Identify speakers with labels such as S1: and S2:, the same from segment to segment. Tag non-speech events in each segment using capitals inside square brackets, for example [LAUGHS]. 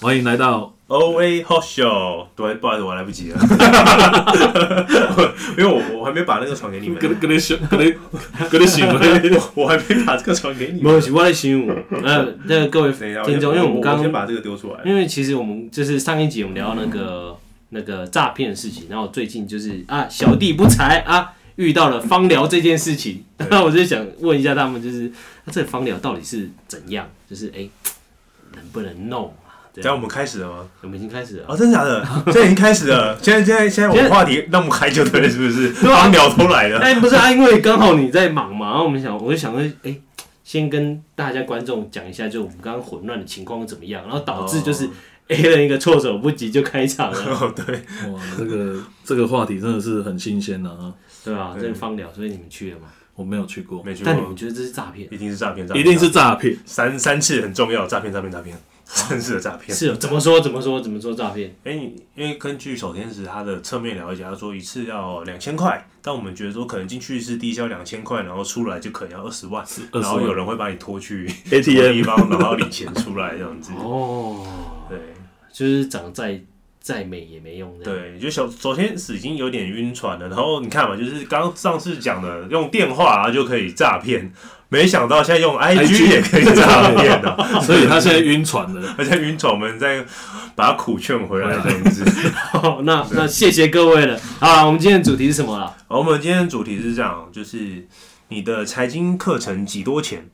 S1: 欢迎来到
S2: O A Hot Show，对，不好意思，我来不
S1: [LAUGHS]
S2: 及了，因为我我还没把那个传给你们，
S1: 格格雷想格雷格雷想，
S2: [LAUGHS] 我还没把这个传给你
S1: 没
S2: 们。
S1: 有我在想， [LAUGHS] 呃，那各位
S2: 等一下，
S1: 听众，因为我们刚
S2: 啊先把这个丢出来，
S1: 因为其实我们就是上一集我们聊那个那个诈骗的事情，然后最近就是啊小弟不才啊遇到了芳疗这件事
S2: [LAUGHS]
S1: 情，然后我就想问一下他们，就是那、这个芳疗到底是怎样？就是哎、能不能弄啊？这
S2: 等一下
S1: 样
S2: 我们开始了吗？
S1: 我们已经开始了，
S2: 哦，真的
S1: [LAUGHS]
S2: 假的？现在已经开始了，现在现在现在我们话题那么开就对了，是不是？
S1: 啊
S2: 把鸟都 [LAUGHS] 来了，
S1: 哎、不是啊，因为刚好你在忙嘛，然后我们想，我就想说，哎、先跟大家观众讲一下，就我们刚刚混乱的情况怎么样，然后导致就是 A 人一个措手不及就开场
S2: [LAUGHS]
S1: 了，
S2: 哦，对，
S3: 哇，这个这个话题真的是很新鲜呐、啊！
S1: 对吧、这个芳疗，所以你们去了吗？
S3: 我没有去过，
S2: 没去
S1: 但你
S2: 过
S1: 们，觉得这是诈骗？
S2: 一定是诈骗，诈骗
S3: 一定是诈骗。
S2: 三三次很重要，诈骗，诈骗，诈骗，三次的诈骗。
S1: 是哦，怎么说？怎么说？怎么说诈骗？
S2: 哎、你因为根据守天使他的侧面了解，他说一次要两千块，但我们觉得说可能进去是低消两千块，然后出来就可能要二十万，然后有人会把你拖 [LAUGHS] 去什么
S3: ATM
S2: 地方，然后领钱出来这样子。
S1: 哦，
S2: 对
S1: 就是长再再美也没用的。，
S2: 对，就小守天使已经有点晕船了，然后你看嘛，就是刚上次讲的用电话、啊、就可以诈骗，没想到现在用 IG 也可以诈骗的、 [LAUGHS]
S3: 所以他现在晕船了。
S2: 而且晕船我们再把他苦劝回来这样子。
S1: [LAUGHS] 那那谢谢各位了。好啦，我们今天的主题是什么啦？
S2: 好，我们今天的主题是这样，就是你的财经课程几多钱？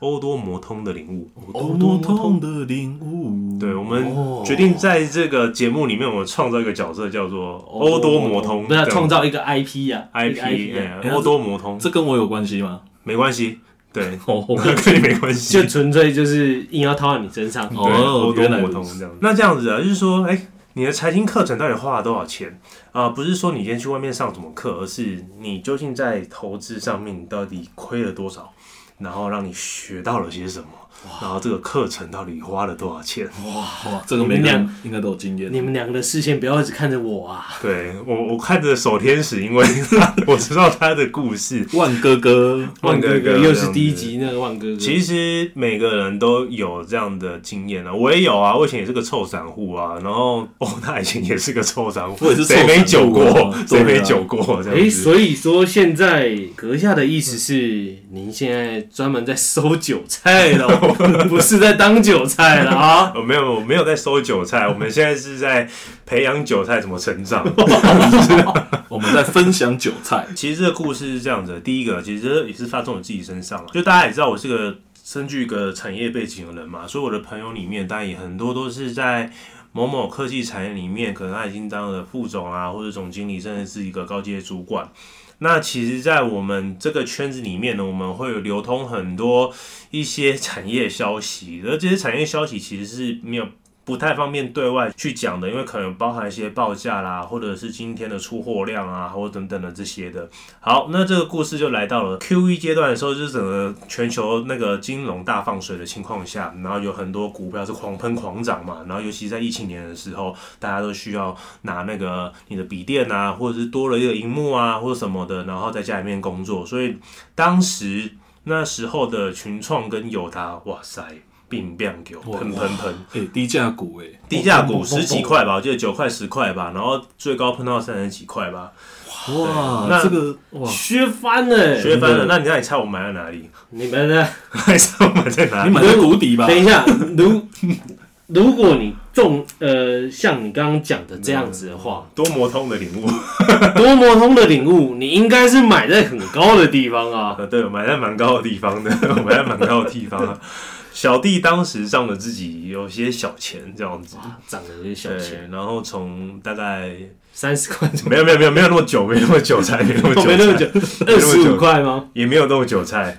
S2: 欧多摩通的领悟。
S3: 欧诺痛的领悟，
S2: 对，我们决定在这个节目里面，我们创造一个角色叫做欧多摩通，
S1: 不是
S2: 这样
S1: 哦啊创造一个 IP 呀、啊、一
S2: IP，
S1: 个 IP 啊、
S2: 哎欧多摩通，
S3: 这跟我有关系吗？
S2: 没关系，
S3: [LAUGHS]
S2: 对，
S3: 哦
S2: 跟你没关系
S1: 就。纯粹就是硬要套到你身上。
S2: 对
S3: 哦，
S2: 多
S3: 原来
S2: 摩
S3: 如
S2: 通
S3: 此
S2: 这样。那这样子啊，就是说，哎、你的财经课程到底花了多少钱啊、不是说你今天去外面上什么课，而是你究竟在投资上面你到底亏了多少，然后让你学到了些什么，然后这个课程到底花了多少钱？
S3: 哇，这个每个人应该都有经验。
S1: 你们两个的视线不要一直看着我啊！
S2: 对我，我看着守天使，因为 [LAUGHS] 我知道他的故事。
S3: 万哥哥， [LAUGHS]
S2: 万哥
S1: 哥
S2: 哥
S1: 又是第一集那个万哥哥，
S2: 其实每个人都有这样的经验啊，我也有啊，我以前也是个臭散户啊，然后哦，他以前也是个臭散户，
S3: 我也是
S2: 谁没
S3: 臭散
S2: 酒
S3: 户啊
S2: 过，谁
S3: 对
S2: 没
S3: 啊
S2: 酒过这
S1: 哎、
S2: 样子。
S1: 所以说现在阁下的意思是，您现在专门在收韭菜
S2: [LAUGHS]
S1: 了，不是在当韭菜了啊？
S2: 我哦没有，我没有在收韭菜，我们现在是在培养韭菜怎么成长。
S3: 我们在分享韭菜。
S2: 其实这个故事是这样子的，第一个其实也是发生我自己身上啊，就大家也知道我是个身具一个产业背景的人嘛，所以我的朋友里面，当然也很多都是在。某某科技产业里面，可能他已经当了副总啊，或者总经理，甚至是一个高阶主管。那其实，在我们这个圈子里面呢，我们会有流通很多一些产业消息，而这些产业消息其实是没有不太方便对外去讲的，因为可能包含一些报价啦，或者是今天的出货量啊，或等等的这些的。好，那这个故事就来到了 Q 一阶段的时候，就是整个全球那个金融大放水的情况下，然后有很多股票是狂喷狂涨嘛，然后尤其在疫情年的时候，大家都需要拿那个你的笔电啊，或者是多了一个荧幕啊，或者什么的，然后在家里面工作，所以当时那时候的群创跟友达，哇塞，并变给我喷喷喷。
S3: 哎、低价股哎、
S2: 低价股十几块吧，我记得九块十块吧，然后最高碰到三十几块吧，
S3: 哇，
S2: 那
S3: 这个哇，
S1: 削翻了、
S2: 学翻了。
S3: 真
S2: 那你那你猜我买在哪里？
S1: 你们呢？ [LAUGHS]
S2: 还是我买在哪
S3: 你
S2: 里？
S3: 买在谷底吧？
S1: 等一下，如如果你中呃像你刚刚讲的这样子的话，
S2: 多摩通的领悟， [LAUGHS]
S1: 多摩通的领悟，你应该是买在很高的地方啊。
S2: 呃，对，我买在蛮高的地方的，我买在蛮高的地方啊。 [LAUGHS] 小弟当时仗着自己有些小钱这样子，
S1: 涨的有点小钱，
S2: 对，然后从大概 [LAUGHS]
S1: 三十块左
S2: 没有没有没有没有那么久，没那么久才没那么
S1: [LAUGHS] 右，
S2: 久才，
S1: 哦没那么久，
S2: 那
S1: 二
S2: 么久
S1: 十五块吗？
S2: 也没有那么久才，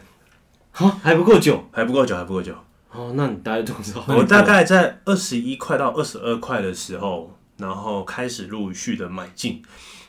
S1: 啊，还不够久
S2: 还不够久，还不够久。
S1: 哦。那你大概多少？
S2: 我哦大概在二十一块到二十二块的时候，然后开始陆续的买进。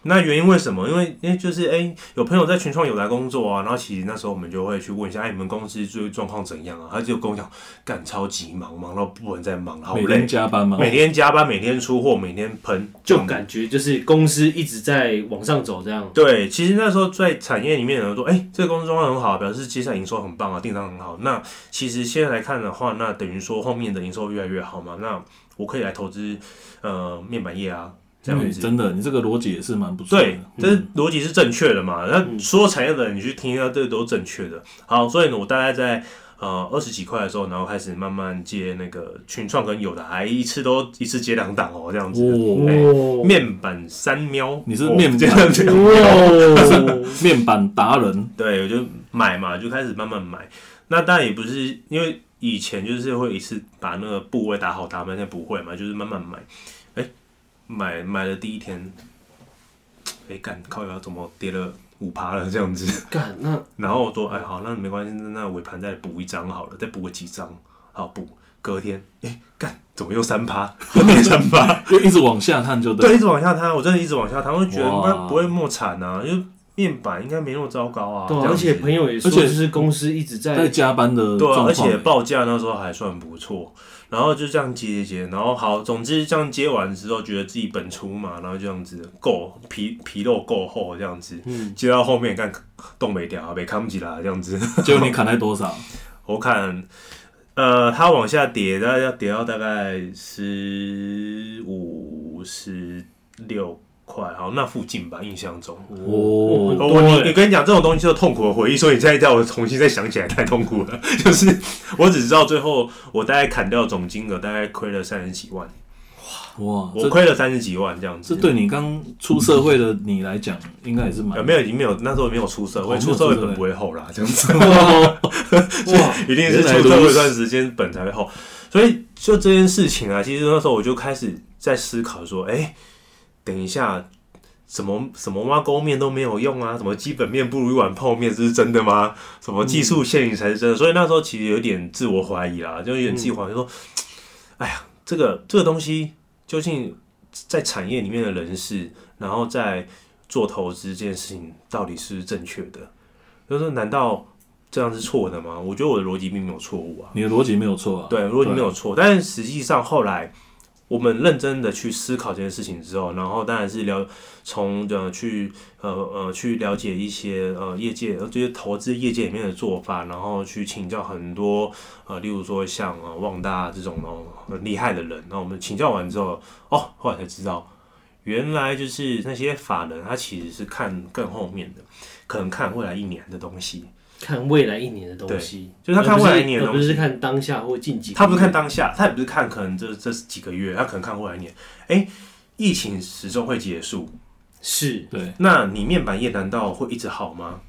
S2: 那原因为什么？因为因为就是哎、有朋友在群创有来工作啊，然后其实那时候我们就会去问一下，哎、你们公司最状况怎样啊？他就跟我讲，干超级忙，忙到不能再忙，好
S3: 每
S2: 累
S3: 天，加班嘛，
S2: 每天加班，每天出货，每天喷，
S1: 就感觉就是公司一直在往上走这样。
S2: 对，其实那时候在产业里面有人说，哎、这个公司状况很好，表示接下来营收很棒啊，订单很好。那其实现在来看的话，那等于说后面的营收越来越好嘛，那我可以来投资呃面板业啊，这样
S3: 对
S2: 子。
S3: 嗯真的，你这个逻辑也是嗯蛮不错的。
S2: 对，这是逻辑是正确的嘛？那所有产业的人你去听啊，这都正确的。好，所以呢，我大概在呃二十几块的时候，然后开始慢慢接那个群创跟友达，哎一次都一次接两档哦，这样子。
S3: 哦，
S1: 哇
S2: 面板三喵，
S3: 你是面
S2: 哦
S3: 板
S2: 这样子。
S1: 哇，
S3: 面板达人，
S2: 对，我就买嘛，就开始慢慢买。那当然也不是因为以前就是会一次把那个部位打好打满，现在不会嘛，就是慢慢买。哎、买买了第一天，哎、干靠腰怎么跌了五趴了这样子？ [LAUGHS]
S1: 干那
S2: 然后我说，哎、好，那没关系，那那尾盘再补一张好了，再补个几张，好补。隔天，哎、干怎么又三趴？ [LAUGHS] 又跌三趴。
S1: [LAUGHS]
S3: 就一直往下探就对。
S2: 对，一直往下摊，我真的一直往下摊，我就觉得
S3: 哇
S2: 那不会莫惨啊，因为面板应该没那么糟糕啊。
S1: 对啊、
S2: 这样
S1: 而且
S2: 子
S1: 朋友也说，
S3: 而且
S1: 就是公司一直
S3: 在
S1: 在
S3: 加班的
S2: 对啊、
S3: 状
S2: 而且
S3: 况，
S2: 报价那时候还算不错，然后就这样接接接，然后好，总之这样接完之后，觉得自己本出嘛，然后这样子够皮皮肉够厚这样子，
S1: 嗯
S2: 接到后面看动没掉啊，被扛不起来这样子，
S3: [LAUGHS] 结果你砍在多少？
S2: 我看。呃，它往下跌，大概要跌到大概十五、十六块，好，那附近吧，印象中。
S3: 哦，
S2: 哦，
S1: 多
S2: [LAUGHS] 我
S1: 欸
S2: 你你跟你讲，这种东西就是痛苦的回忆，所以你现在叫我重新再想起来太痛苦了。 [LAUGHS] 就是我只知道最后我大概砍掉总金额大概亏了三十几万，
S3: 哇，
S2: 我
S3: 这
S2: 亏了三十几万这样
S3: 这
S2: 子。
S3: 对你刚出社会的你来讲，应该也是蛮
S2: 呃，没有，已经没有，那时候没有出社会，
S3: 哦
S2: 出社会
S3: 没有出社会
S2: 本不会厚啦，这样子， [LAUGHS]
S1: 哇，
S2: 一定是
S3: 原来
S2: 出
S3: 如此
S2: 社会一段时间本才会厚。所以就这件事情啊，其实那时候我就开始在思考说，哎、等一下。什么什么挖沟面都没有用啊！什么基本面不如一碗泡面，这是真的吗？什么技术陷阱才是真的？所以那时候其实有点自我怀疑啦，就有点自我怀疑说，哎呀，这个这个东西究竟在产业里面的人士，然后在做投资这件事情到底是不是正确的？就是说难道这样是错的吗？我觉得我的逻辑并没有错误啊。
S3: 你的逻辑没有错啊。
S2: 对，如果你没有错，但是实际上后来我们认真的去思考这件事情之后，然后当然是了从呃去呃呃去了解一些呃业界呃这些投资业界里面的做法，然后去请教很多呃例如说像呃旺大这种哦很厉害的人，那我们请教完之后，哦后来才知道。原来就是那些法人，他其实是看更后面的，可能看未来一年的东西。
S1: 看未来一年的东西，
S2: 对就是他看未来一年的
S1: 而不
S2: 东西
S1: 是而不是看当下或近几个月，
S2: 他不是看当下，他也不是看可能这这几个月，他可能看未来一年。哎、疫情始终会结束，
S1: 是
S3: 对，
S2: 那你面板业难道会一直好吗？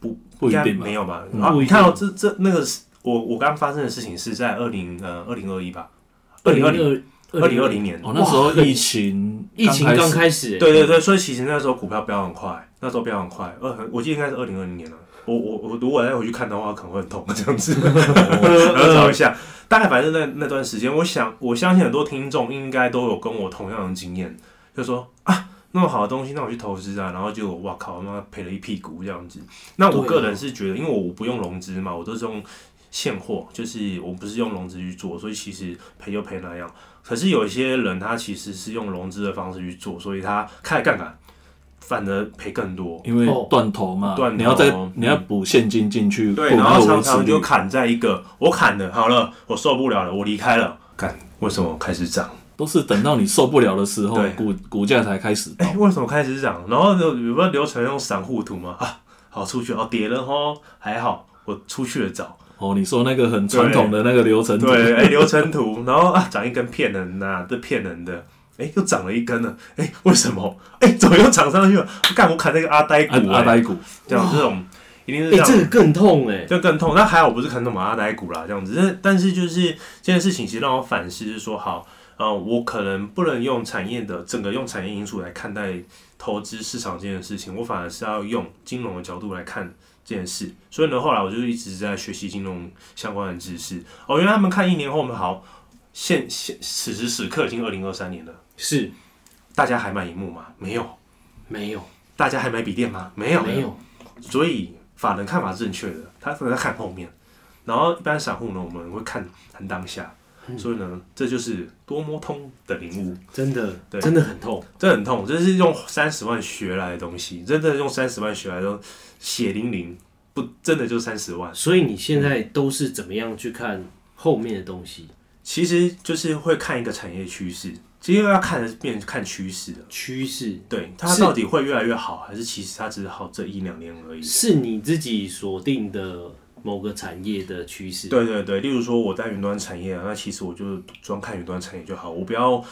S2: 不，
S3: 不一定吧
S2: 应该没有吧？
S3: 嗯
S2: 啊，
S1: 不一定
S2: 你看哦，这这那个是我我刚发生的事情是在二零呃二零二一吧，二零二零二零二零年。
S3: 哦，那时候疫情
S1: 疫情刚开始、欸，
S2: 对对对，所以其实那时候股票飙很快，那时候飙很快，二我记得应该是二零二零年了。啊我我我如果再回去看的话，可能会很痛这样子。然后找一下，大概反正那那段时间，我想我相信很多听众应该都有跟我同样的经验，就说啊，那么好的东西，那我去投资啊，然后就哇靠，妈赔了一屁股这样子。那我
S1: 对啊
S2: 个人是觉得，因为我不用融资嘛，我都是用现货，就是我不是用融资去做，所以其实赔就赔那样。可是有一些人他其实是用融资的方式去做，所以他开了杠杆，反而赔更多。
S3: 因为
S1: 哦
S3: 断头嘛，
S2: 断头
S3: 你要再
S2: 嗯
S3: 你要补现金进去，
S2: 对，
S3: 补
S2: 然
S3: 那
S2: 后
S3: 个
S2: 常
S3: 维持
S2: 常就
S3: 率。
S2: 砍在一个我砍了，好了，我受不了了，我离开了。干，为什么开始涨？
S3: 都是等到你受不了的时候
S2: 对，
S3: 股股价才开始
S2: 哎、
S3: 倒。
S2: 为什么开始涨？然后有有没有流程用散户图吗？啊，好出去哦，跌了哦，还好我出去了早。
S3: 哦，你说那个很传统的那个流程，
S2: 对，哎、流程图，然后啊，涨一根骗人呐、这骗人的。哎、又涨了一根了，哎、为什么？哎、怎么又涨上去了？干，我砍那个阿呆股、
S3: 阿阿
S2: 哎
S3: 呆股，
S2: 这样这种一定是
S1: 哎、
S2: 这样。
S1: 这个更痛哎、
S2: 就更痛。那还好不是看懂马拉啊奶股啦，这样子。但但是就是这件事情，其实让我反思，是说好，呃，我可能不能用产业的整个用产业因素来看待投资市场这件事情，我反而是要用金融的角度来看。这件事，所以呢，后来我就一直在学习金融相关的知识。哦，原来他们看一年后，我们好，现现此时此刻已经二零二三年了，
S1: 是
S2: 大家还买荧幕吗？没有，
S1: 没有，
S2: 大家还买笔电吗？没有，
S1: 没有，
S2: 所以法人看法是正确的，他可能在看后面。然后一般散户呢，我们会看很当下，所以呢，这就是多摸通的领悟，
S1: 真的，
S2: 对
S1: 真的很痛。
S2: 这很痛，这是用三十万学来的东西，真的用三十万学来的，血淋淋，不真的就三十万。
S1: 所以你现在都是怎么样去看后面的东西？
S2: 其实就是会看一个产业趋势，其实要看的是变看趋势的，
S1: 趋势
S2: 对它
S1: 是
S2: 到底会越来越好，还是其实它只是好这一两年而已。
S1: 是你自己锁定的某个产业的趋势，
S2: 对对对，例如说我在云端产业啊，那其实我就专看云端产业就好，我不要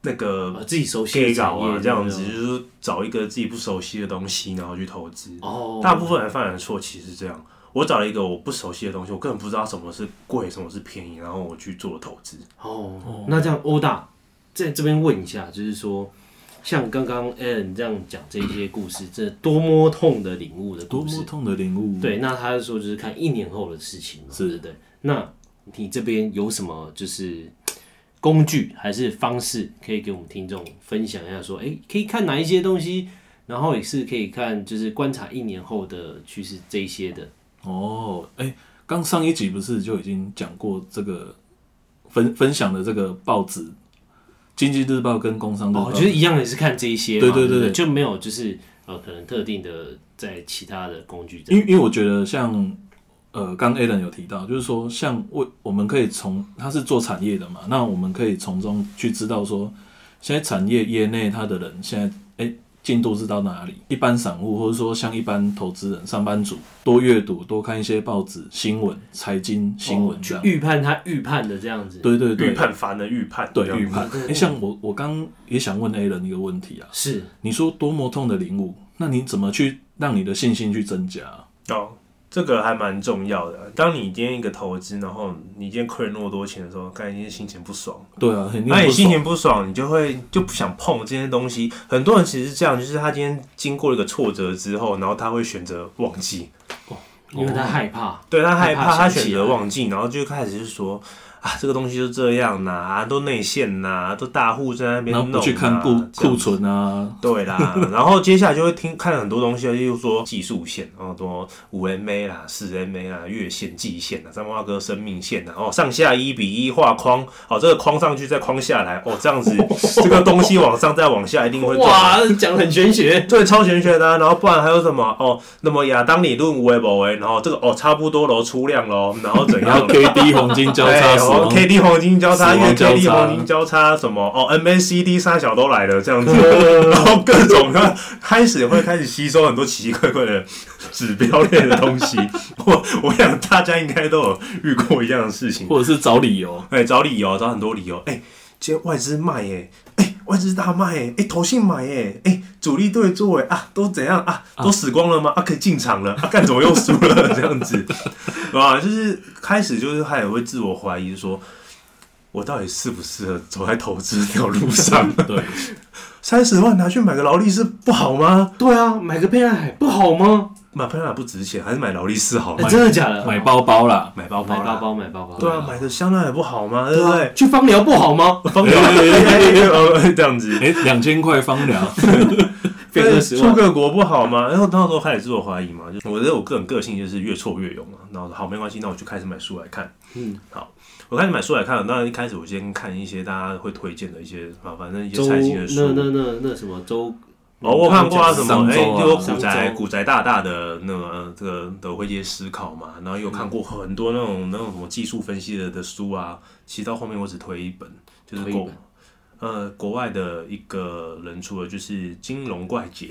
S2: 那个
S1: 呃，自己熟悉的
S2: gay
S1: 产
S2: 搞
S1: 业
S2: 啊这样子，
S1: 有没有
S2: 就是找一个自己不熟悉的东西，然后去投资。
S1: 哦，
S2: 大部分人犯的错其实是这样，我找了一个我不熟悉的东西，我根本不知道什么是贵，什么是便宜，然后我去做投资。
S1: 哦，那这样欧大在这边问一下，就是说，像刚刚 Alan 这样讲这些故事，这多么痛的领悟的
S3: 多
S1: 故
S3: 么
S1: 事，
S3: 痛的领悟。，
S1: 对，那他说就是看一年后的事情嘛，
S3: 是
S1: 对不对？那你这边有什么就是工具还是方式可以给我们听众分享一下？说，哎、可以看哪一些东西，然后也是可以看就是观察一年后的趋势这一些的。
S3: 哦，哎、刚上一集不是就已经讲过这个分分享的这个报纸《经济日报》跟《工商日报》
S1: 哦，就是一样也是看这一些嘛，
S3: 呃对
S1: 对
S3: 对
S1: 不
S3: 对对
S1: 就没有就是呃可能特定的在其他的工具这
S3: 因
S1: 样。
S3: 为因为我觉得像呃，刚 Alan 有提到，就是说像我我们可以从他是做产业的嘛，那我们可以从中去知道说，现在产业业内他的人现在哎进度是到哪里？一般散户或者说像一般投资人、上班族，多阅读、多看一些报纸、新闻、财经新闻
S1: 哦
S3: 这
S1: 去
S3: 样。
S1: 预判它预判的这样子，
S3: 对对
S2: 预
S3: 对，
S2: 判凡的预判，
S3: 对
S2: 这样
S3: 预判。哎、像我我刚也想问 A 人一个问题啊，
S1: 是
S3: 你说多么痛的领悟，那你怎么去让你的信心去增加啊？
S2: 哦，这个还蛮重要的。当你今天一个投资，然后你今天亏了那么多钱的时候，看今天心情不爽，
S3: 对啊，肯定
S2: 那你
S3: 不
S2: 哎心
S3: 爽。
S2: 情不爽，你就会就不想碰这些东西。很多人其实是这样，就是他今天经过一个挫折之后，然后他会选择忘记，
S1: 因为
S3: 哦
S1: 他害
S3: [LAUGHS]
S1: 怕，
S2: 对他害
S1: 害怕
S2: 怕，
S3: 啊
S2: 他
S1: 想
S2: 选
S1: 起
S2: 择
S1: 来
S2: 忘记，然后就开始就说。啊，这个东西就这样啦、都内线呐、都大户在那边
S3: 然后
S2: 弄、啊，
S3: 不去看
S2: 这
S3: 库
S2: 样
S3: 库存啊，
S2: [LAUGHS] 对啦，然后接下来就会听看很多东西，啊例如说技术线，然后多五 MA 啦、四 MA 啦、月线、季线啦、三八哥生命线啦，哦，上下一比一画框，哦，这个框上去再框下来，哦，这样子这个东西往上再往下一定会
S3: 啊
S1: 哇，讲得很玄学，
S2: 对，超玄学的、啊，然后不然还有什么哦？那么亚当理论无为不为，然后这个哦差不多喽，出量喽，然后怎
S3: 然后
S2: 样？
S3: K D 黄金交叉死
S2: 哎
S3: 亡，
S2: 哦 K D 黄金交叉，
S3: 死
S2: 月
S3: 亡
S2: K
S3: 交
S2: D
S3: 叉
S2: 黄金交叉什么哦，M A C D 三小都来了这
S3: [LAUGHS]
S2: 样子，然后各种的开始会开始吸收很多奇奇怪怪的指标类的东西。我我想大家应该都有遇过一样的事情，
S3: 或者是找理由。
S2: 哎，找理由，找很多理由，哎，今天外资卖耶、哎、外资大卖耶、哎、投信买耶、哎、主力对做哎、啊，都怎样啊，都死光了吗？啊，可以进场了，啊，干怎么又输了这样子，啊，就是开始就是他也会自我怀疑，就说我到底适不适合走在投资这条路上？
S3: 对，
S2: [LAUGHS] 三十万拿去买个劳力士不好吗？
S1: 对啊，买个贝海不好吗？
S2: 买佩纳不值钱，还是买劳力士好？
S1: 哎
S2: 买
S1: 真的假的？哦
S3: 买包包啦，
S2: 买包包
S1: 买
S2: 啦
S1: 包。包买包包，
S2: 对啊，买个香奈儿不好吗？对
S1: 对
S2: 不
S1: 啊，
S2: 对？
S1: 去芳疗不好吗？
S2: 方便呃这样子，
S3: 哎，两千块芳疗，
S2: [LAUGHS]
S1: 变
S2: 对
S1: 二十
S2: 出
S1: 万，
S2: 个国不好吗？然后那时候开始自我怀疑嘛，就我觉得我个人个性就是越挫越勇嘛。然后好没关系，那我就开始买书来看。
S1: 嗯，
S2: 好，我开始买书来看。当然一开始我先看一些大家会推荐的一些啊，反正一些
S1: 周
S2: 财经的
S1: 那那
S2: 书。
S1: 那那什么周
S2: 哦，我看过啊，什
S3: 周
S2: 么
S3: 商
S2: 哎，
S3: 周啊
S2: 就有古宅
S1: 商周
S2: 古宅大大的那个呃这个的会一些思考嘛，然后有看过很多那
S1: 嗯
S2: 种那种什么技术分析的的书啊。其实到后面我只推一本，就是
S1: 推一
S2: 国
S1: 本
S2: 呃国外的一个人出的，就是《金融怪杰》。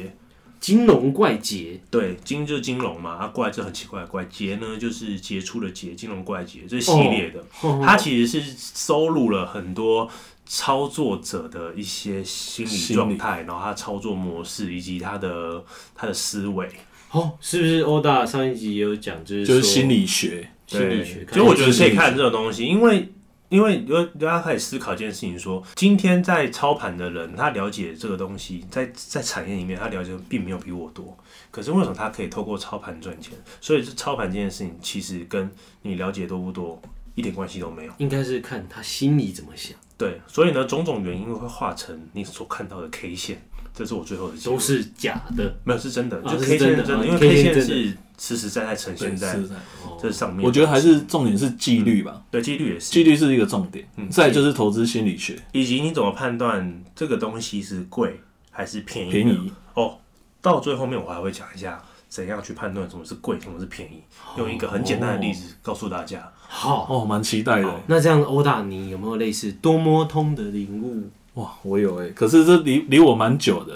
S1: 金融怪杰，
S2: 对，金就是金融嘛，啊，怪就很奇怪的怪，杰呢就是杰出的杰，金融怪杰这是系列
S3: 哦
S2: 的，
S1: 哦
S2: 它其实是收录了很多操作者的一些心理
S3: 心理
S2: 状态，然后他操作模式以及他的他的思维，
S1: 哦，是不是欧大上一集也有讲，就是
S3: 就是
S1: 说
S3: 心理学。
S1: 心理学，
S2: 其实我觉得可
S3: 心理
S2: 以
S3: 学
S2: 看这个东西，因为因为因为大家开始思考一件事情说今天在操盘的人，他了解这个东西，在在产业里面他了解的并没有比我多，可是为什么他可以透过操盘赚钱？所以这操盘这件事情，其实跟你了解多不多一点关系都没有。
S1: 应该是看他心里怎么想。
S2: 对，所以呢，种种原因会化成你所看到的 K 线，这是我最后的结
S1: 都
S2: 论
S1: 是假的。
S2: 没有是真的，
S1: 啊
S2: 就
S1: 这是
S2: K
S1: 真
S2: 线
S1: 的
S2: 真
S1: 啊
S2: 的，因为
S1: K
S2: K
S1: 线
S2: 线
S1: 真的
S2: 是实实在在呈
S3: 对，
S2: 现在
S3: 是的。
S1: 哦
S2: 这上面。
S3: 我觉得还是重点是纪律吧，
S2: 对几率也是
S3: 纪，律是一个重点。
S2: 嗯
S3: 再来就是投资心理学，
S2: 以及你怎么判断这个东西是贵还是便宜？
S3: 便宜。
S2: 哦，到最后面我还会讲一下怎样去判断什么是贵，什么是便宜，用一个很简单的例
S1: 哦
S2: 子告诉大家。
S1: 好，
S3: 哦，蛮期待的。
S1: 那这样欧大你有没有类似多么通的领悟？
S3: 哇，我有哎、可是这离离我蛮久的，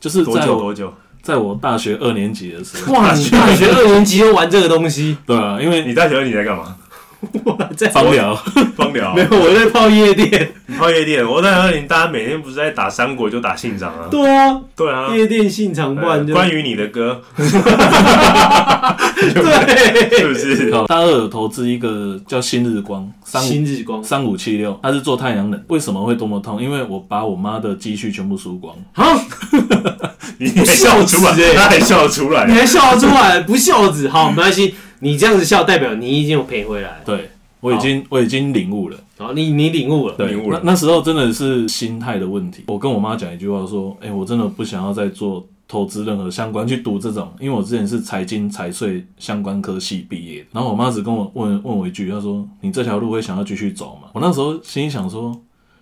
S3: 就是
S2: 多
S3: 在
S2: 久
S3: 我
S2: 多久？
S3: 在我大学二年级的时
S2: [LAUGHS]
S3: 候， [LAUGHS]
S1: 哇，你大学二年级就玩这个东西，
S3: 对啊，因为
S2: 你大学二年级在干嘛？
S1: 哇，在
S3: 房聊，
S2: 放
S1: [LAUGHS]
S2: 聊
S1: 没有，我在泡夜店。
S2: 你泡夜店。我大学二年级大家每天不是在打三国就打信长啊？
S1: 对啊，
S2: 对啊。呃
S1: 夜店现场，不然就
S2: 关于你的
S1: [LAUGHS]
S2: 歌，
S1: 对
S2: 是不是？
S3: [LAUGHS] 大二有投资一个叫新日光三五
S1: 新日光
S3: 三五七六，它是做太阳能。为什么会多么痛？因为我把我妈的积蓄全部输光。
S1: 啊，
S2: 你还笑出
S1: 笑死欸
S2: 来，他还笑
S1: [LAUGHS]
S2: 出来
S1: 你。还笑得出来？不孝子，好，没关系，你这样子笑，代表你已经有赔回来了。
S3: 对我已经我已经领悟了。
S1: 好，你你领悟了。
S3: 对
S2: 领悟了
S3: 那那时候真的是心态的问题。我跟我妈讲一句话说：“哎、我真的不想要再做投资任何相关去读这种，因为我之前是财经财税相关科系毕业的。”然后我妈只跟我问问我一句，她说：“你这条路会想要继续走吗？”我那时候心里想说：“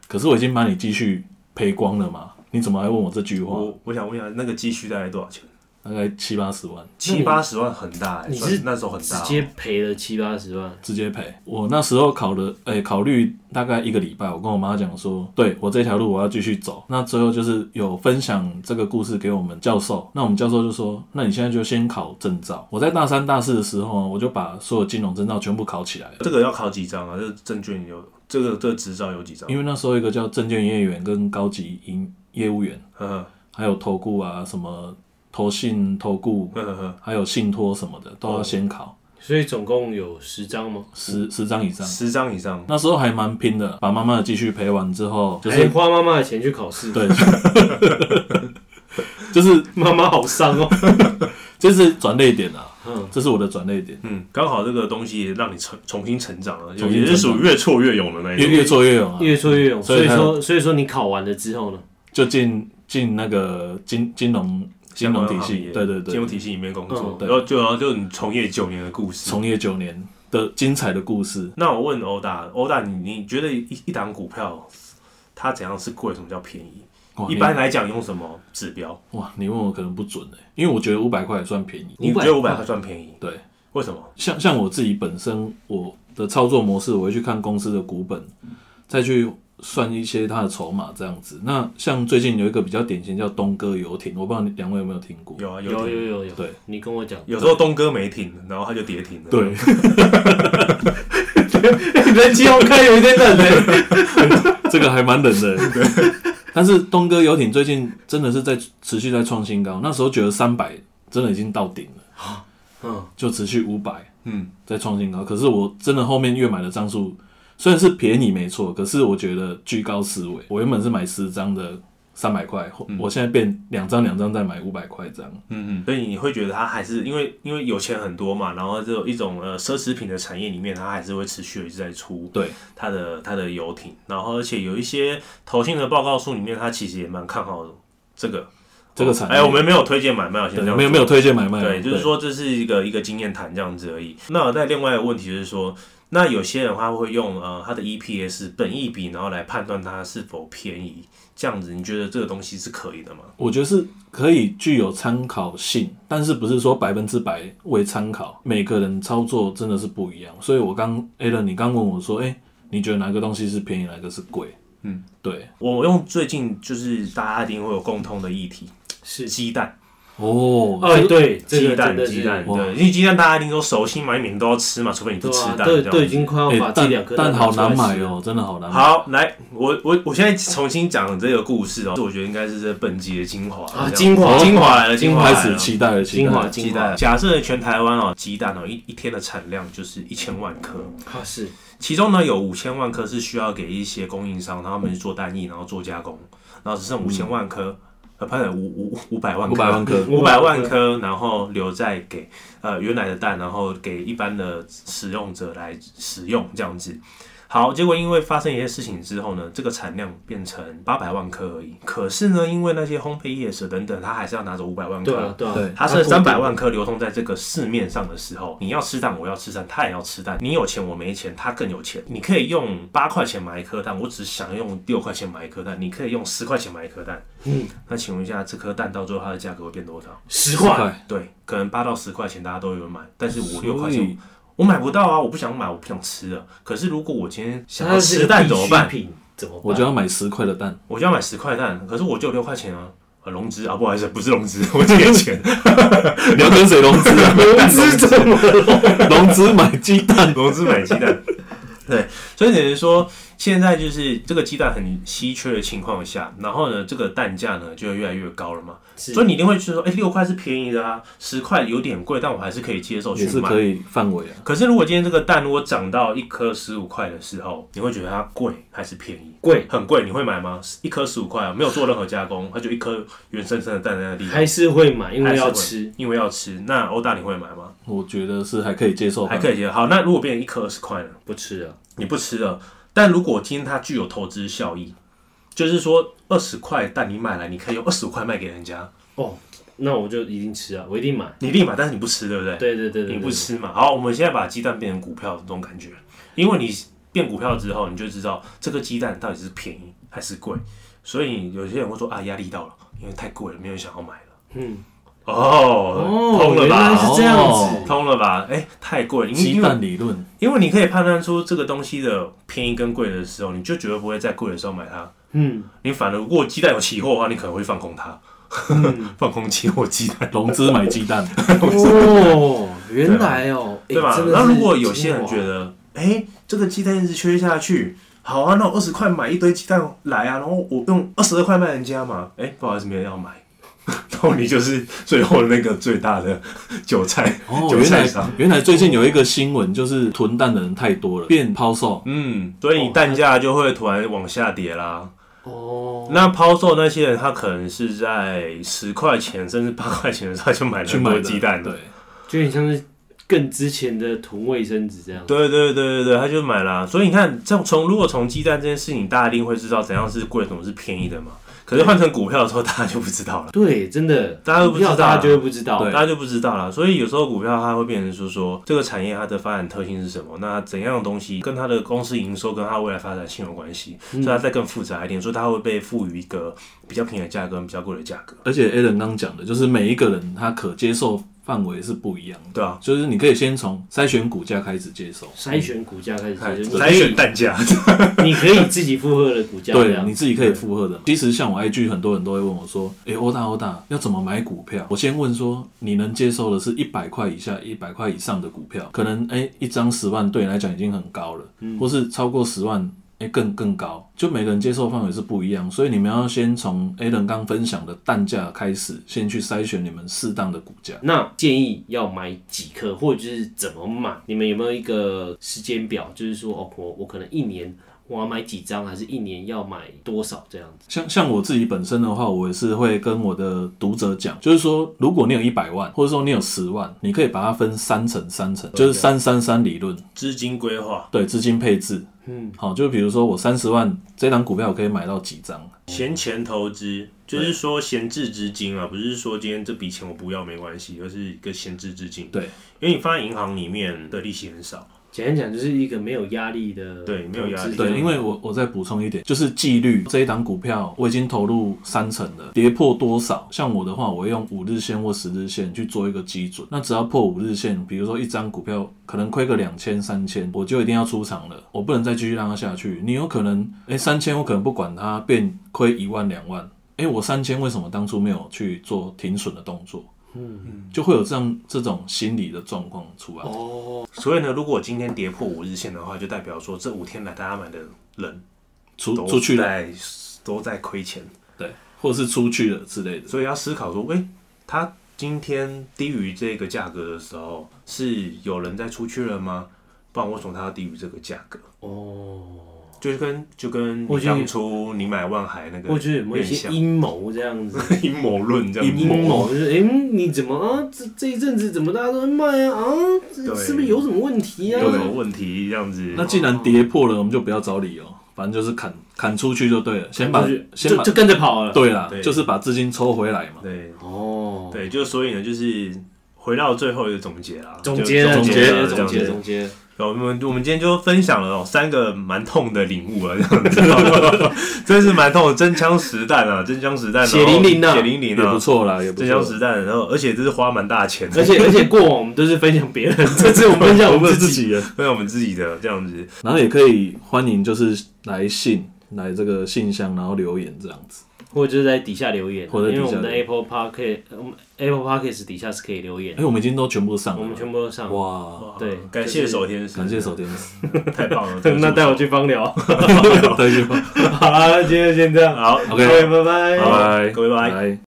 S3: 可是我已经把你继续赔光了嘛，你怎么还问我这句话？
S2: 我我想问一下，那个积蓄大概多少钱？
S3: 大概七八十万。”
S2: 七八十万很大欸，
S1: 你
S2: 算
S1: 是
S2: 那时候很
S1: 直
S2: 大哦，
S1: 接赔了七八十万，
S3: 直接赔。我那时候考了，哎、考虑大概一个礼拜，我跟我妈讲说，对我这条路我要继续走。那最后就是有分享这个故事给我们教授，那我们教授就说，那你现在就先考证照。我在大三、大四的时候，我就把所有金融证照全部考起来了。
S2: 这个要考几张啊？这个证券有这个这个执照有几张？
S3: 因为那时候一个叫证券业员跟高级营业务员，
S2: 呵呵
S3: 还有投顾啊什么投信、投顾，
S2: 呵呵呵，
S3: 还有信托什么的，都要先考
S1: 所以总共有十张吗？
S3: 十十张以上。
S2: 十张以上，
S3: 那时候还蛮拼的，把妈妈的积蓄赔完之后，就
S1: 还
S3: 是
S1: 花妈妈的钱去考试，
S3: 对， [LAUGHS] 就是
S1: 妈妈好伤哦。
S3: 这是转类点啊，
S1: 嗯，
S3: 这是我的转类点，
S2: 嗯，刚好这个东西也让你重重新成长了，
S3: 重新
S2: 也是
S3: 成
S2: 属
S3: 长
S2: 于越挫越勇的那一
S3: 越
S2: 种。
S3: 越做越勇啊，
S1: 越挫越勇。所
S3: 所
S1: 以
S3: 以他
S1: 说，所以说你考完了之后呢？
S3: 就进进那个金金融金融体
S2: 相关行
S3: 系
S2: 业，
S3: 对对
S2: 金融
S3: 对，
S2: 体系里面工
S1: 嗯
S2: 作，
S3: 对
S2: 然后就然后就你从业九年的故事。
S3: 从业九年的精彩的故事，
S2: 那我问欧大，欧大你你觉得一一档股票它怎样是贵，什么叫便宜？
S3: 哇
S2: 一
S3: 你
S2: 般来讲用什么指标？
S3: 哇，你问我可能不准哎、因为我觉得五百块也算便宜，
S2: 你
S1: 500
S2: 觉得五百块算便宜？
S3: 对，
S2: 为什么？
S3: 像像我自己本身我的操作模式，我会去看公司的股本，再去算一些它的筹码这样子。那像最近有一个比较典型叫东哥游艇，我不知道你两位有没有听过？
S2: 有啊，有
S1: 有有
S2: 停
S1: 有有，
S3: 对，
S1: 你跟我讲，
S2: 有时候东哥没停，然后他就跌停了。，
S3: 对，
S1: [LAUGHS] 人机红看有一点冷嘞。
S3: [LAUGHS] 这个还蛮冷的。但是东哥游艇最近真的是在持续在创新高，那时候觉得三百真的已经到顶了，
S1: 嗯，
S3: 就持续五百
S2: 嗯，
S3: 在创新高。可是我真的后面越买的张数虽然是便宜没错，可是我觉得居高思维。我原本是买十张的三百块，
S1: 嗯
S3: 我我现在变两张两张再买五百块这样。
S2: 嗯嗯，所以你会觉得它还是因为因为有钱很多嘛，然后这种一种呃奢侈品的产业里面，它还是会持续的一直在出
S3: 对
S2: 它的它的游艇，然后而且有一些投信的报告书里面，它其实也蛮看好这个
S3: 这个产
S1: 哦
S3: 业，
S2: 哎，我们没有推荐买卖，我先这
S3: 对
S2: 样
S3: 没有没有推荐买卖，
S2: 对，就是说这是一个一个经验谈这样子而已。那我在另外一个问题就是说，那有些人他会用呃他的 EPS 本益比，然后来判断它是否便宜，这样子你觉得这个东西是可以的吗？
S3: 我觉得是可以具有参考性，但是不是说百分之百为参考，每个人操作真的是不一样。所以我刚 a l a n 你刚问我说，哎、你觉得哪个东西是便宜，哪个是贵？
S2: 嗯，
S3: 对，
S2: 我用最近就是大家一定会有共通的议题，
S1: 是
S2: 鸡蛋，
S3: 哦，
S1: 哎，对，这
S2: 鸡
S1: 个真
S2: 蛋，
S1: 的是，
S2: 鸡蛋，
S3: 哇
S2: 对，因为鸡蛋大家一定都熟悉嘛，每天都要吃嘛，除非你不
S1: 对
S2: 吃
S1: 啊，
S2: 蛋
S1: 都
S2: 这样
S1: 都已
S2: 子。
S1: 经快要
S3: 哎
S1: 把这两
S3: 蛋
S1: 颗
S3: 蛋
S1: 拿
S3: 好
S1: 出来
S3: 难买
S1: 吃了。
S3: 哦，真的好难买。
S2: 好，来，我我我现在重新讲这个故事哦，这我觉得应该是这本集的精华
S1: 啊精华
S2: 精华来了，精华来
S3: 开
S2: 了
S3: 始期待了，期
S1: 精
S3: 待
S1: 华
S3: 了。
S1: 精
S2: 鸡
S1: 华
S2: 蛋，，假设全台湾哦，鸡蛋哦一一天的产量就是一千万颗，
S1: 啊是
S2: 其中呢有五千万颗是需要给一些供应商，他们去做单一，然后做加工，然后只剩五千万颗，呃，不是五五五百万
S3: 五百万颗，
S2: 五百万颗，然后留在给呃原来的蛋，然后给一般的使用者来使用这样子。好，结果因为发生一些事情之后呢，这个产量变成八百万颗而已。可是呢，因为那些烘焙业者等等，他还是要拿走五百万
S1: 对
S2: 颗
S1: 啊，。对啊，
S3: 对
S2: 它是三百万颗流通在这个市面上的时候，你要吃蛋，我要吃蛋，他也要吃蛋。你有钱，我没钱，他更有钱。你可以用八块钱买一颗蛋，我只想用六块钱买一颗蛋。你可以用十块钱买一颗蛋。嗯，那请问一下，这颗蛋到最后它的价格会变多少？
S1: 实话，
S2: 对，可能八到十块钱大家都有人买，但是我
S3: 所
S2: 六块
S3: 以
S2: 钱我买不到啊，我不想买，我不想吃了。可是如果我今天想
S1: 它
S2: 要
S1: 是一
S2: 吃
S1: 个
S2: 蛋
S1: 必
S2: 怎么
S1: 需
S2: 办？
S1: 品怎么办？
S3: 我就要买十块的蛋，
S2: 我就要买十块蛋，可是我就有六块钱啊。呃融资啊，不好意思，不是融资，我借钱，
S3: [LAUGHS] 你要跟谁 [LAUGHS] 融资啊？
S1: 融资怎么了？
S3: 融资买鸡蛋，
S2: 融资买鸡蛋。 [LAUGHS] 对，所以等于说，现在就是这个鸡蛋很稀缺的情况下，然后呢，这个蛋价呢就会越来越高了嘛。
S1: 是
S2: 所以你一定会觉得说，哎、六块是便宜的啊，十块有点贵，但我还是可以接受去
S3: 也是
S2: 买。
S3: 可以范围啊。
S2: 可是如果今天这个蛋如果涨到一颗十五块的时候，你会觉得它贵还是便宜？
S1: 贵，
S2: 很贵，你会买吗？一颗十五块啊，没有做任何加工，它就一颗原生生的蛋在那里，
S1: 还是会买，因为要
S2: 还是
S1: 吃
S2: 会，因为要吃。那欧大你会买吗？
S3: 我觉得是还可以接受吧，
S2: 还可以接受。好，那如果变成一颗二十块呢？
S1: 不吃了，
S2: 你不吃了，但如果今天它具有投资效益，就是说二十块蛋你买来，你可以用二十五块卖给人家，
S1: 那我就一定吃啊，我一定买。
S2: 你一定买，但是你不吃，对不对？
S1: 对对对对，
S2: 你
S1: 对
S2: 不吃嘛。好，我们现在把鸡蛋变成股票这种感觉，因为你变股票之后，你就知道这个鸡蛋到底是便宜还是贵。所以有些人会说啊，压力到了，因为太贵了，没有人想要买了。
S1: 嗯，
S2: 哦，
S1: 哦，
S2: 通了
S1: 原来
S2: 吧？
S1: 是这样
S3: 哦
S1: 子，
S2: 通了吧？哎、太贵了，因为
S3: 鸡
S2: 因为
S3: 蛋理论，
S2: 因为你可以判断出这个东西的便宜跟贵的时候，你就绝对不会在贵的时候买它。
S1: 嗯，
S2: 你反而如果鸡蛋有期货的话，你可能会放空它，
S3: 嗯
S2: [LAUGHS] 放空期货鸡蛋，
S3: 融资买鸡蛋，
S1: 哦，原来哦，
S2: 对吧
S1: 吧？？
S2: 那如果有些人觉
S1: 得
S2: 得，哎、这个鸡蛋一直缺下去，好啊，那我二十块买一堆鸡蛋来啊，然后我用二十二块卖人家嘛，哎、不好意思，没人要买。 [LAUGHS] 然后你就是最后那个最大的韭菜，
S3: [LAUGHS] 哦，
S2: 韭
S3: 原
S2: 菜商
S3: 来。原来最近有一个新闻，就是囤蛋的人太多了，变抛售，
S2: 嗯，所以你蛋价就会突然往下跌啦。
S1: 哦，
S2: 那抛售那些人，他可能是在十块钱甚至八块钱的时候他就买了
S3: 去
S2: 很
S3: 买
S2: 多
S3: 的
S2: 鸡蛋了。
S3: 对，
S1: 就有点像是更之前的囤卫生纸这样，
S2: 对对对对对，他就买啦、所以你看，这样从如果从鸡蛋这件事情，大家一定会知道怎样是贵，怎么是便宜的嘛。可是换成股票的时候，大家就不知道了，
S1: 对，真的，
S2: 大家都不知道
S1: 股票大家就会不知道
S3: 对，
S2: 大家就不知道了。所以有时候股票它会变成说说这个产业它的发展特性是什么，那怎样的东西跟它的公司营收跟它未来发展性有关系，所以它再更复杂一点，所以它会被赋予一个比较便宜的价格跟比较贵的价格，
S3: 而且 Alan 刚讲的，就是每一个人他可接受范围是不一样的，
S2: 对啊，
S3: 就是你可以先从筛选股价开始接受，
S1: 筛选股价开始
S2: 哎
S1: 接受，
S2: 筛选蛋价，
S1: 你可以，你可以自己负荷的股价这
S3: 对，
S1: 样
S3: 你，自己可以负荷的嘛。其实像我 IG 很多人都会问我说：“诶，欧大欧大，要怎么买股票？”我先问说：“你能接受的是一百块以下、一百块以上的股票？可能诶，一张十万对你来讲已经很高了，或是超过十万。”诶更更高，就每个人接受范围是不一样，所以你们要先从 A 人刚分享的蛋价开始，先去筛选你们适当的股价。
S1: 那建议要买几颗，或者就是怎么买？你们有没有一个时间表？就是说，哦，我我可能一年我要买几张，还是一年要买多少这样子？
S3: 像像我自己本身的话，我也是会跟我的读者讲，就是说，如果你有一百万，或者说你有十万，你可以把它分三层三层，就是三三三理论，
S2: 资金规划。
S3: 对资金配置。嗯，好，就比如说我三十万这张股票，我可以买到几张？
S2: 闲钱投资就是说闲置资金啊，不是说今天这笔钱我不要没关系，而是一个闲置资金。
S3: 对，
S2: 因为你放在银行里面的利息很少，
S1: 简单讲，就是一个没有压力的呃
S2: 对没有压
S1: 投
S2: 力
S1: 资
S3: 对，因为我我再补充一点，就是纪律这一档股票，我已经投入三成了，跌破多少？像我的话，我会用五日线或十日线去做一个基准。那只要破五日线，比如说一张股票可能亏个两千、三千，我就一定要出场了，我不能再继续让它下去。你有可能，哎，三千我可能不管它，变亏一万、两万。哎，我三千为什么当初没有去做停损的动作？嗯，就会有这样这种心理的状况出来。
S1: 哦，
S2: 所以呢，如果今天跌破五日线的话，就代表说这五天来大家买的人
S3: 出
S2: 都
S3: 出去了，
S2: 在都在亏钱，
S3: 对，或是出去了之类的。
S2: 所以要思考说，喂、它今天低于这个价格的时候，是有人在出去了吗？不然为什么它要低于这个价格？
S1: 哦，
S2: 就是跟就跟
S1: 我
S2: 你
S1: 觉得
S2: 当初你买万海那个
S1: 我觉得有没有一
S2: 变
S1: 些
S2: 相
S1: 阴谋这样子？
S2: [LAUGHS] 阴谋论这样子
S1: 阴谋就是，哎、你怎么啊？这这一阵子怎么大家都在卖啊？啊，这
S2: 对
S1: 是不是有什么问题啊？
S2: 有什么问题这样子？
S3: 那既然跌破了，我们就不要找理由，反正就是砍砍出去就对了，先把
S1: 就是
S3: 先
S1: 就
S3: 把
S1: 就跟着跑了。
S3: 对啦，
S2: 对
S3: 就是把资金抽回来嘛。
S2: 对
S1: 哦，
S2: 对，就所以呢，就是回到最后一个总结啦，
S1: 总
S2: 就
S1: 结了
S2: 总
S1: 结
S2: 结
S1: 了
S2: 了
S1: 总
S2: 这样
S1: 结
S2: 子
S1: 总结了，
S2: 然后我们我们今天就分享了、哦、三个蛮痛的领悟啊，这样子，哦 [LAUGHS] 真是蛮痛的，真枪实弹啊，真枪实弹，
S1: 血淋淋啊
S2: 然后血淋淋
S3: 也不
S2: 啊，
S3: 错啦，也不
S2: 真枪
S3: 错
S2: 实。弹，然后而且这是花蛮
S1: [LAUGHS]
S2: 大钱的，
S1: 而且而
S2: [LAUGHS]
S1: 且过往我们都是分享别人，这次我们分享我们自己。
S3: 人，
S2: 分享我们自己的这样子，
S3: 然后也可以欢迎就是来信来这个信箱，然后留言这样子。
S1: [LAUGHS] 或者就是在底下留言，
S3: 或者
S1: 因为我
S3: 底下
S1: 们的
S3: 留言
S1: Apple Podcast，我们 Apple Podcast 底下是可以留言
S3: 哎，，我们已经都全部上了，
S1: 我们全部都上。
S3: 哇，
S1: 对
S2: 感谢手天使，
S3: 感谢手电
S2: 太棒
S1: [LAUGHS]
S2: 了，
S1: [LAUGHS] 那带我去芳疗。
S3: 对，
S1: [LAUGHS]
S3: [LAUGHS]
S1: 好啦，今天就先这样，
S2: 好
S1: 各位拜拜
S2: 拜
S3: 拜
S2: 各位拜拜。
S3: 拜。